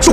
足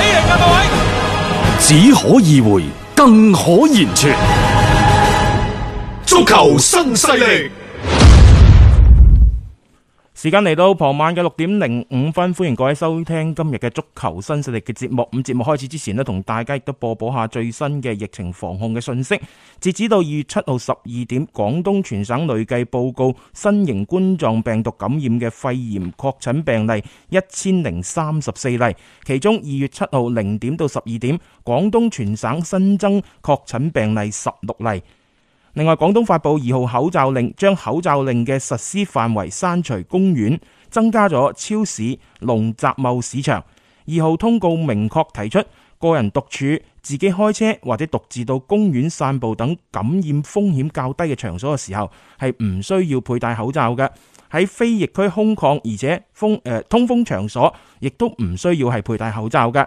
零啊！各位，只可意會，更可言傳。足球新勢力。時間嚟到傍晚嘅六點零五分，歡迎各位收聽今日嘅足球新勢力嘅節目。咁節目開始之前呢，同大家亦都播報下最新嘅疫情防控嘅信息。截止到二月七號十二點，廣東全省累計報告新型冠狀病毒感染嘅肺炎確診病例一千零三十四例，其中二月七號零點到十二點，廣東全省新增確診病例十六例。另外，廣東發布二號口罩令，將口罩令嘅實施範圍刪除公園，增加咗超市、農集貿市場。二號通告明確提出，個人獨處、自己開車或者獨自到公園散步等感染風險較低嘅場所嘅時候，係唔需要佩戴口罩嘅。喺非疫區空曠而且風誒、呃通風場所，亦都唔需要係佩戴口罩嘅。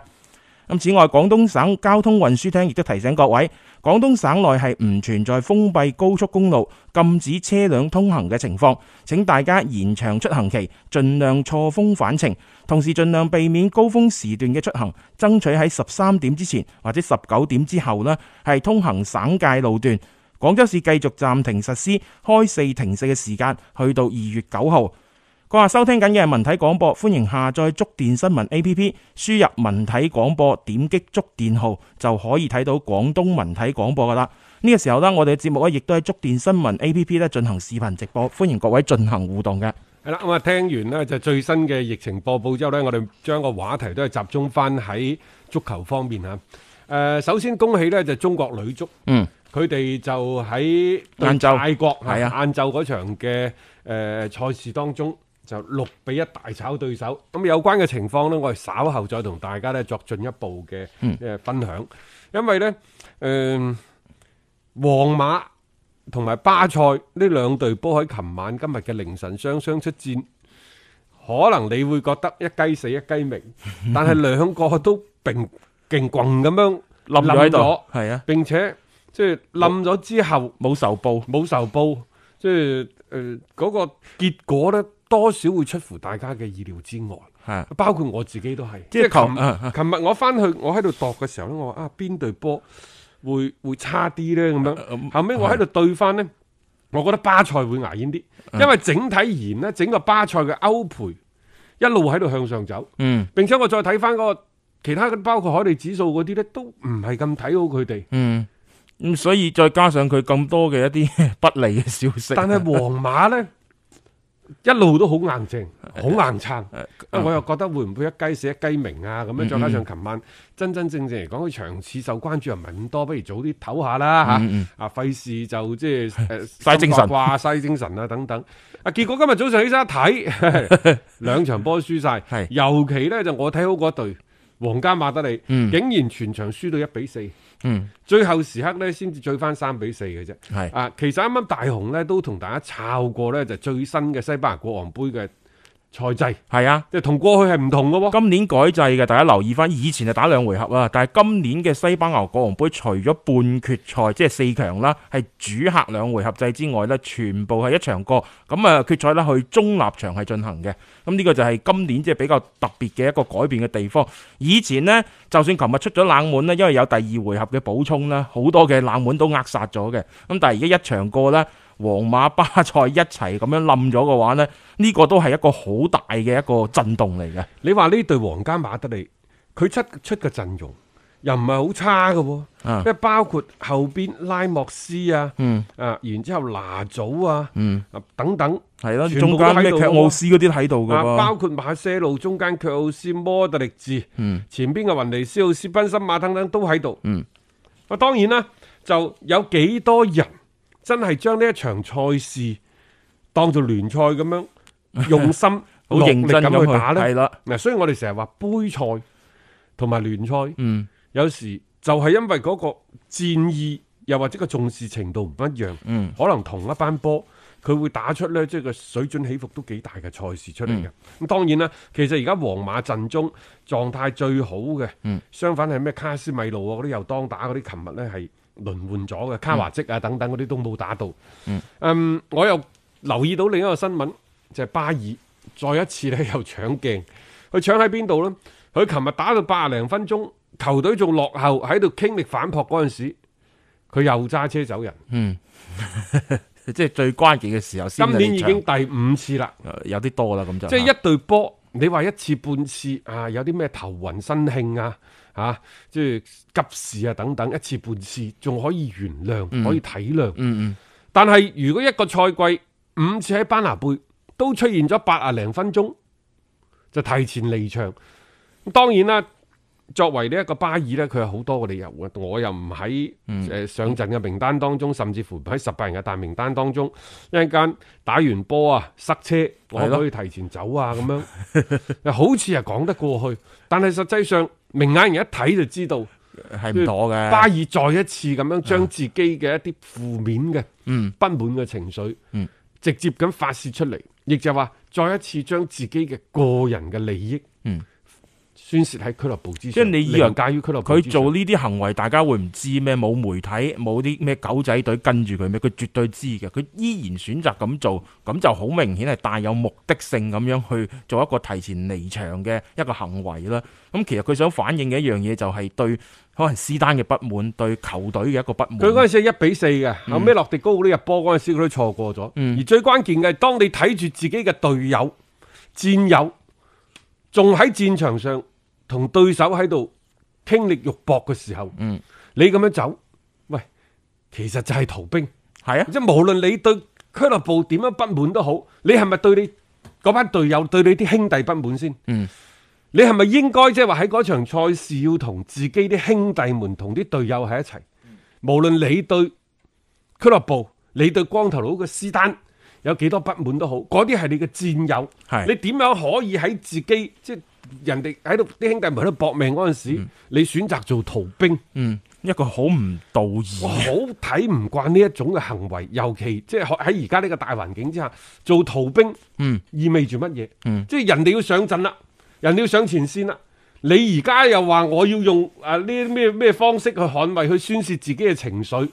咁此外，廣東省交通運輸廳亦都提醒各位，廣東省內係唔存在封閉高速公路、禁止車輛通行嘅情況。請大家延長出行期，盡量錯峰返程，同時盡量避免高峰時段嘅出行，爭取喺十三點之前或者十九點之後呢，係通行省界路段。廣州市繼續暫停實施開四停四嘅時間，去到二月九號。各位收聽緊嘅係文體廣播，歡迎下載觸電新聞 A P P，輸入文體廣播，點擊觸電號就可以睇到廣東文體廣播噶啦。呢、個時候呢，我哋嘅節目咧亦都喺觸電新聞 A P P 咧進行視頻直播，歡迎各位進行互動嘅。係啦，咁啊，聽完呢就最新嘅疫情播報之後呢，我哋將個話題都係集中翻喺足球方面嚇。誒、首先恭喜呢就中國女足，嗯，佢哋就喺對晏晝泰國係啊晏晝嗰場嘅誒賽事當中。就六比一大炒對手，咁有關嘅情況呢，我哋稍後再同大家呢作進一步嘅嗯誒分享，因為呢，誒、皇馬同埋巴塞呢兩隊波喺琴晚今日嘅凌晨雙雙出戰，可能你會覺得一雞死一雞鳴，但係兩個都並勁棍咁樣冧咗喺度冧，係啊，並且即係冧咗之後冇仇報，冇仇報，即係誒嗰個結果呢，多少會出乎大家嘅意料之外。係啊包括我自己都係，即即係係琴琴啊啊琴日我翻去，我喺度度嘅時候咧，我話啊邊隊波會會差啲咧咁啊嗯樣。後尾我喺度對翻呢，我覺得巴塞會牙煙啲，啊因為整體而言呢，整個巴塞嘅歐培一路喺度向上走，嗯並且我再睇翻嗰個其他嗰啲包括海地指數嗰啲呢，都唔係咁睇好佢哋。嗯，咁所以再加上佢咁多嘅一啲 不利嘅消息，但係皇馬呢，一路都好硬淨，好硬撐。啊嗯我又覺得會唔會一雞死一雞鳴啊？咁樣再加上琴晚真真正正嚟講，佢場次受關注又唔係咁多，不如早啲唞下啦嚇。啊，費事就即係誒嗯嘥精神掛嘥精神啊等等。啊，結果今日早上起身一 睇，兩場波輸晒係。尤其呢，就我睇好嗰隊皇家馬德里，嗯竟然全場輸到一比四。嗯最後時刻咧先至追翻三比四嘅啫。係啊，其實啱啱大雄咧都同大家抄過咧，就最新嘅西班牙國王杯嘅賽制，係啊。即係同過去係唔同嘅喎。今年改制嘅，大家留意翻，以前就打兩回合啊，但係今年嘅西班牙國王杯，除咗半決賽即係四強啦，係主客兩回合制之外呢，全部係一場過。咁啊，決賽呢去中立場係進行嘅。咁呢個就係今年即係比較特別嘅一個改變嘅地方。以前呢，就算琴日出咗冷門呢，因為有第二回合嘅補充啦，好多嘅冷門都扼殺咗嘅。咁但係而家一場過啦。皇馬、巴塞一齊咁樣冧咗嘅話呢，呢、個都係一個好大嘅一個震動嚟嘅。你話呢隊皇家馬德里，佢出出嘅陣容又唔係好差嘅喎。啊即係包括後邊拉莫斯啊，嗯啊，然之後拿祖啊，嗯啊等等，係咯，全中部都間咩喺度劇㗎喎奧斯嗰啲喺度噶啊，包喎，括馬些路、中間卻奧斯、摩特力治，嗯前邊嘅雲尼斯奧斯、賓森馬等等都喺度。嗯，啊當然啦，就有幾多人真係將呢一場賽事當做聯賽咁樣用心、 好落力認真咁去去打呢係啦，嗱，所以我哋成日話杯賽同埋聯賽嗯，有時就係因為嗰個戰意，又或者個重視程度唔一樣，嗯可能同一班波。佢會打出呢，即係個水準起伏都幾大嘅賽事出嚟嘅。咁、嗯當然啦，其實而家皇馬陣中狀態最好嘅，嗯相反係咩卡斯米路啊嗰啲又當打嗰啲，琴日呢係輪換咗嗯嘅，卡華積啊等等嗰啲都冇打到。嗯我又留意到另一個新聞，就係、巴爾再一次呢又搶鏡，佢搶喺邊度呢？佢琴日打到八零分鐘，球隊仲落後喺度傾力反撲嗰陣時，佢又揸車走人。即係最關鍵嘅時候先今嚟年已場經第五次啦，誒有啲多啦，咁就即係一隊波，你話一次半次啊，有啲咩頭暈身慶啊，啊，即係急事啊等等，一次半次仲可以原諒，可以體諒。嗯嗯但係如果一個賽季五次喺班拿貝都出現咗八啊零分鐘，就提前離場。當然啦，作為呢一個巴爾呢，佢有好多嘅理由嘅。我又唔喺嗯誒上陣嘅名單當中，甚至乎唔喺十八人嘅大名單當中。一陣間打完波啊，塞車，我可唔可以提前走啊咁樣， 又好似係講得過去，但係實際上明眼人一睇就知道。係唔妥嘅。巴爾再一次咁樣將自己嘅一啲負面嘅、嗯不滿嘅情緒，嗯直接咁發泄出嚟，亦就話再一次將自己嘅個人嘅利益，嗯宣泄喺俱樂部之上，即係你以為凌駕於俱樂部佢之上做呢啲行為，大家會唔知咩？冇媒體，冇啲咩狗仔隊跟住佢咩？佢絕對知嘅。佢依然選擇咁做，咁就好明顯係帶有目的性咁樣去做一個提前離場嘅一個行為啦。咁其實佢想反映嘅一樣嘢就係對可能斯丹嘅不滿，對球隊嘅一個不滿。佢嗰陣時係一比四嘅，後尾落地高嗰啲入波嗰陣時，佢都錯過咗。而最關鍵嘅係，當你睇住自己嘅隊友、戰友，仲喺戰場上同對手喺度傾力肉搏嘅時候，嗯你咁樣走，喂，其實就係逃兵。係啊，即係無論你對俱樂部點樣不滿都好，你係咪對你嗰班隊友、對你啲兄弟不滿先？嗯，你係咪應該即係話喺嗰場賽事要同自己啲兄弟們、同啲隊友喺一齊？無論你對俱樂部、你對光頭佬嘅斯丹有幾多不滿都好，嗰啲係你嘅戰友。係你點樣可以喺自己即係人哋喺度啲兄弟們喺度搏命嗰陣時，你選擇做逃兵？嗯，一個好唔道義我好睇唔慣呢一種嘅行為，尤其即係喺而家呢個大環境之下，做逃兵，嗯，意味住乜嘢？嗯即係人哋要上陣啦，人哋要上前線啦，你而家又話我要用啊呢啲咩咩方式去捍衞、去宣泄自己嘅情緒，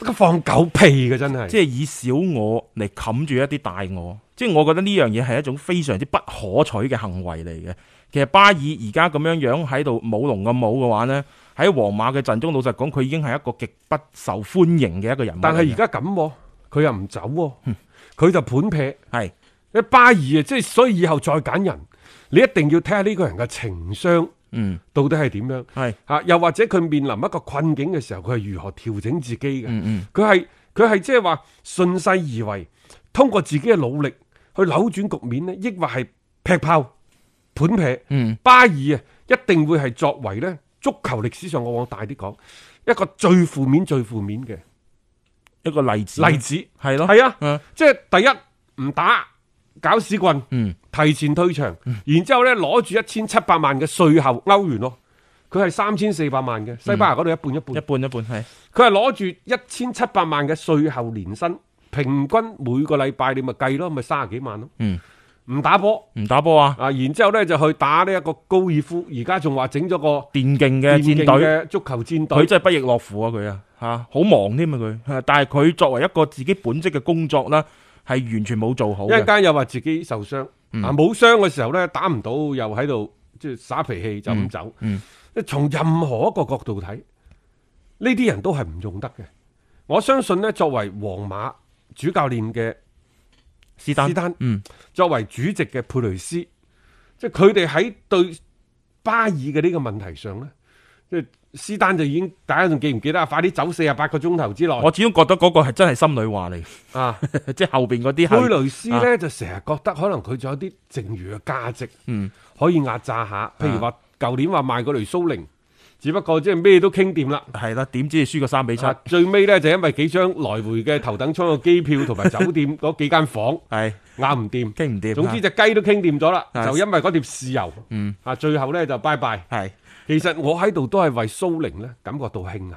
得放狗屁嘅真係。嗯即係以小我嚟冚住一啲大我，即係我覺得呢樣嘢係一種非常之不可取嘅行為嚟嘅。其實巴爾而家咁樣樣喺度舞龍咁舞嘅話呢，喺皇馬嘅陣中，老實講，佢已經係一個極不受歡迎嘅一個人物嚟嘅。但係而家咁喎，佢又唔走喎，嗯佢就盤劈。係你巴爾啊，即係所以以後再揀人，你一定要睇下呢個人嘅情商嗯到底係點樣。係啊，又或者佢面臨一個困境嘅時候，佢係如何調整自己嘅？嗯嗯佢係佢係即係話順勢而為，通過自己嘅努力去扭轉局面呢，抑或係劈炮盤劈？嗯巴爾啊，一定會係作為呢足球歷史上我往大啲講一個最負面、最負面嘅一個例子例子。係咯係啊，嗯即係第一唔打搞屎棍，嗯提前退場，然之後咧攞住一千七百萬嘅税後歐元咯，佢係三千四百萬嘅，西班牙嗰度一半一嗯一半，半一半係佢係攞住一千七百萬嘅税後年薪，平均每個禮拜你咪計咯，咪三十幾萬咯，嗯唔打波唔打波啊，啊，然之後咧就去打呢一個高爾夫，而家仲話整咗個電競嘅電競戰隊。嘅足球戰佢隊。真係不亦樂乎啊！佢啊嚇，好忙添啊佢嚇，但係佢作為一個自己本職嘅工作啦，係完全冇做好一嘅嗯陣。間又話自己受傷，啊冇傷嘅時候咧打唔到，又喺度即係耍脾氣就咁走。嗯即係從任何一個角度睇，呢啲人都係唔用得嘅。我相信呢，作為皇馬主教練嘅，斯丹，斯丹嗯作為主席嘅佩雷斯，即係佢哋喺對巴爾嘅呢個問題上呢，即係斯丹就已經大家仲記唔記得啊？快啲走四十八個鐘頭之內我始終覺得嗰個係真係心裏話嚟， 啊！即係後邊嗰啲佩係，雷斯呢，就成日覺得可能佢仲有啲剩餘嘅價值。嗯可以壓榨下，譬如話舊年話賣個雷蘇寧，只不過即係咩都傾掂啦。係啦，點知輸個三比七，啊最尾呢，就因為幾張來回嘅頭等艙嘅機票同埋酒店嗰幾間房係拗唔掂，傾唔掂啊。總之只雞都傾掂咗啦，啊就因為嗰碟豉油，嗯啊最後呢，就拜拜。係其實我喺度都係為蘇寧咧感覺到慶幸。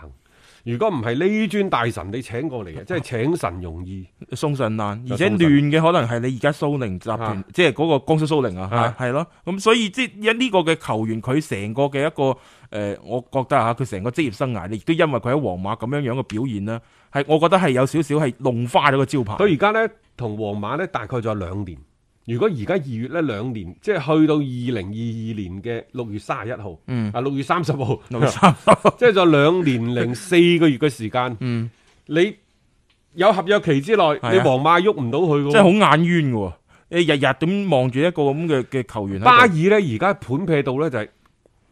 如果唔係呢尊大神你請過嚟嘅，即係請神容易。送上難，就而且送上亂嘅可能係你而家蘇寧集團啊，即係嗰個江蘇蘇寧啊啊，係係咯。咁所以即係呢個嘅球員，佢成個嘅一個誒，我覺得啊嚇佢成個職業生涯，你亦都因為佢喺皇馬咁樣樣嘅表現啦，係我覺得係有少少係弄花咗個招牌。 佢而家咧同皇馬咧大概仲有兩年。如果而家二月咧兩年，即係去到二零二二年嘅六月三十一號，啊六月三十號，嗯六 三即係仲有兩年 零四個月嘅時間，你有合約期之內，嗯啊你皇馬喐唔到佢嘅真係好喎。眼冤嘅喎，你日日咁望住一個咁嘅嘅球員喺度巴爾咧而家盤撇到咧就係、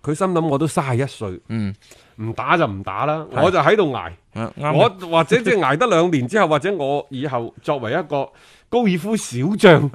佢心諗我都三十一歲，嗯唔打就唔打啦，係我就喺度捱。啊啱我嘅或者即係捱得兩年之後，或者我以後作為一個高爾夫小 將，誒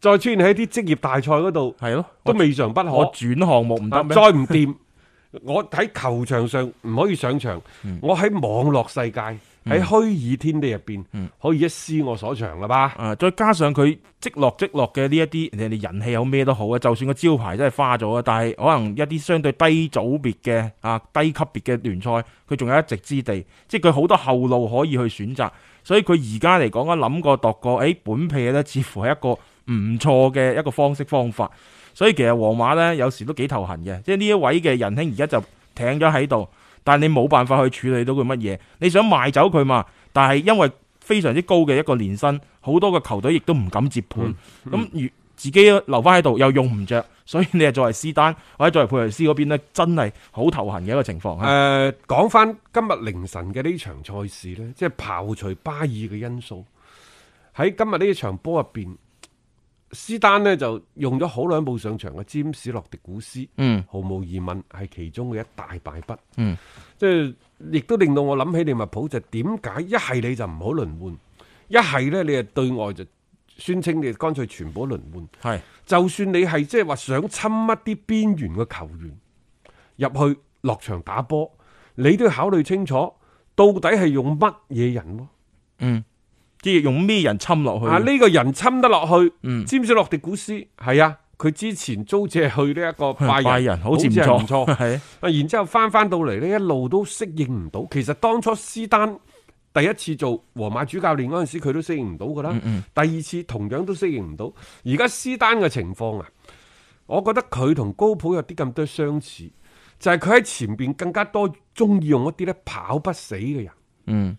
再出現喺啲職業大賽嗰度，啊係咯，都我未嘗不可。我轉項目唔得哦啊咩？再唔掂， 我喺球場上唔可以上場，嗯我喺網絡世界喺虛擬天地入邊，嗯可以一思我所長啦吧？啊，再加上佢積落積落嘅呢一啲，你哋人氣有咩都好啊，就算個招牌真係花咗啊，但係可能一啲相對低組別嘅啊低級別嘅聯賽，佢仲有一席之地，即係佢好多後路可以去選擇，所以佢而家嚟講啊，諗過度過，誒、本屁咧，似乎係一個唔錯嘅一個方式方法，所以其實皇馬呢，有時都幾頭痕嘅，即係呢一位嘅仁兄而家就挺咗喺度，但係你冇辦法去處理到佢乜嘢，你想賣走佢嘛，但係因為非常之高嘅一個年薪，好多嘅球隊亦都唔敢接盤。咁、嗯如自己留翻喺度又用唔着， 所以你係作為斯丹或者作為佩雷斯嗰邊呢，真係好頭痕嘅一個情況誒、嚇。呃講翻今日凌晨嘅呢場賽事呢，即係刨除巴爾嘅因素，喺今日呢一場波入邊，斯丹呢就用咗好耐冇上場嘅詹士洛迪古斯，嗯，毫無疑問係其中嘅一大敗筆。嗯，即係亦都令到我諗起利物浦就點解一係你就唔好輪換，一係呢你就對外就宣稱你乾脆全部輪換。係就算你係即係話想侵一啲邊緣嘅球員入去落場打波，你都要考慮清楚，到底係用乜嘢人咯？即係用咩人侵落去？啊，呢、個人侵得落去，嗯知唔知洛迪古斯係啊？佢之前租借去呢一個拜 仁，拜仁好似唔係錯，唔 錯。係啊，然之後翻翻到嚟呢，一路都適應唔到。其實當初斯丹第一次做皇馬主教練嗰陣時，佢都適應唔到噶啦。第二次同樣都適應唔到。而家斯丹嘅情況啊，我覺得佢同高普有啲咁多相似，就係佢喺前邊更加多中意用一啲咧跑不死嘅人，嗯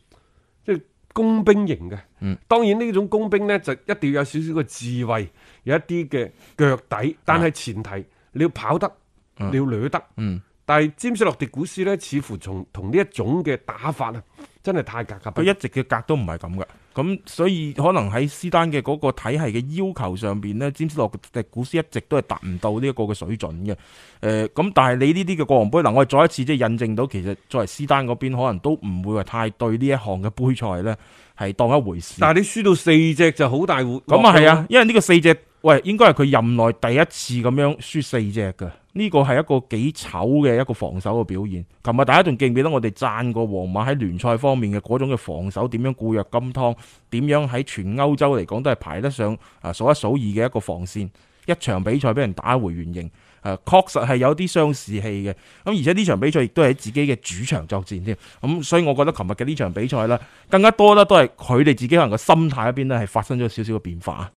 即係工兵型嘅。嗯當然呢種工兵呢，就一定要有少少嘅智慧，有一啲嘅腳底，但係前提你要跑得，你要掠得。啊嗯但係詹士洛迪古斯咧，似乎從同呢一種嘅打法啊，真係太格格不佢入。一直嘅格都唔係咁嘅，咁所以可能喺斯丹嘅嗰個體系嘅要求上邊呢，詹士洛迪古斯一直都係達唔到呢一個嘅水準嘅。誒、呃咁但係你呢啲嘅國王杯，嗱、我哋再一次即係印證到，其實作為斯丹嗰邊，可能都唔會話太對呢一項嘅杯賽呢係當一回事。但係你輸到四隻就好大鑊。咁啊係啊，因為呢個四隻，喂，應該係佢任內第一次咁樣輸四隻嘅，呢個係一個幾醜嘅一個防守嘅表現。琴日大家仲記唔記得我哋讚過皇馬喺聯賽方面嘅嗰種嘅防守點樣固若金湯，點樣喺全歐洲嚟講都係排得上啊數一數二嘅一個防線。一場比賽俾人打回原形，誒、確實係有啲傷士氣嘅。咁而且呢場比賽亦都係喺自己嘅主場作戰添。咁、所以我覺得琴日嘅呢場比賽啦，更加多啦，都係佢哋自己可能個心態嗰邊咧係發生咗少少嘅變化。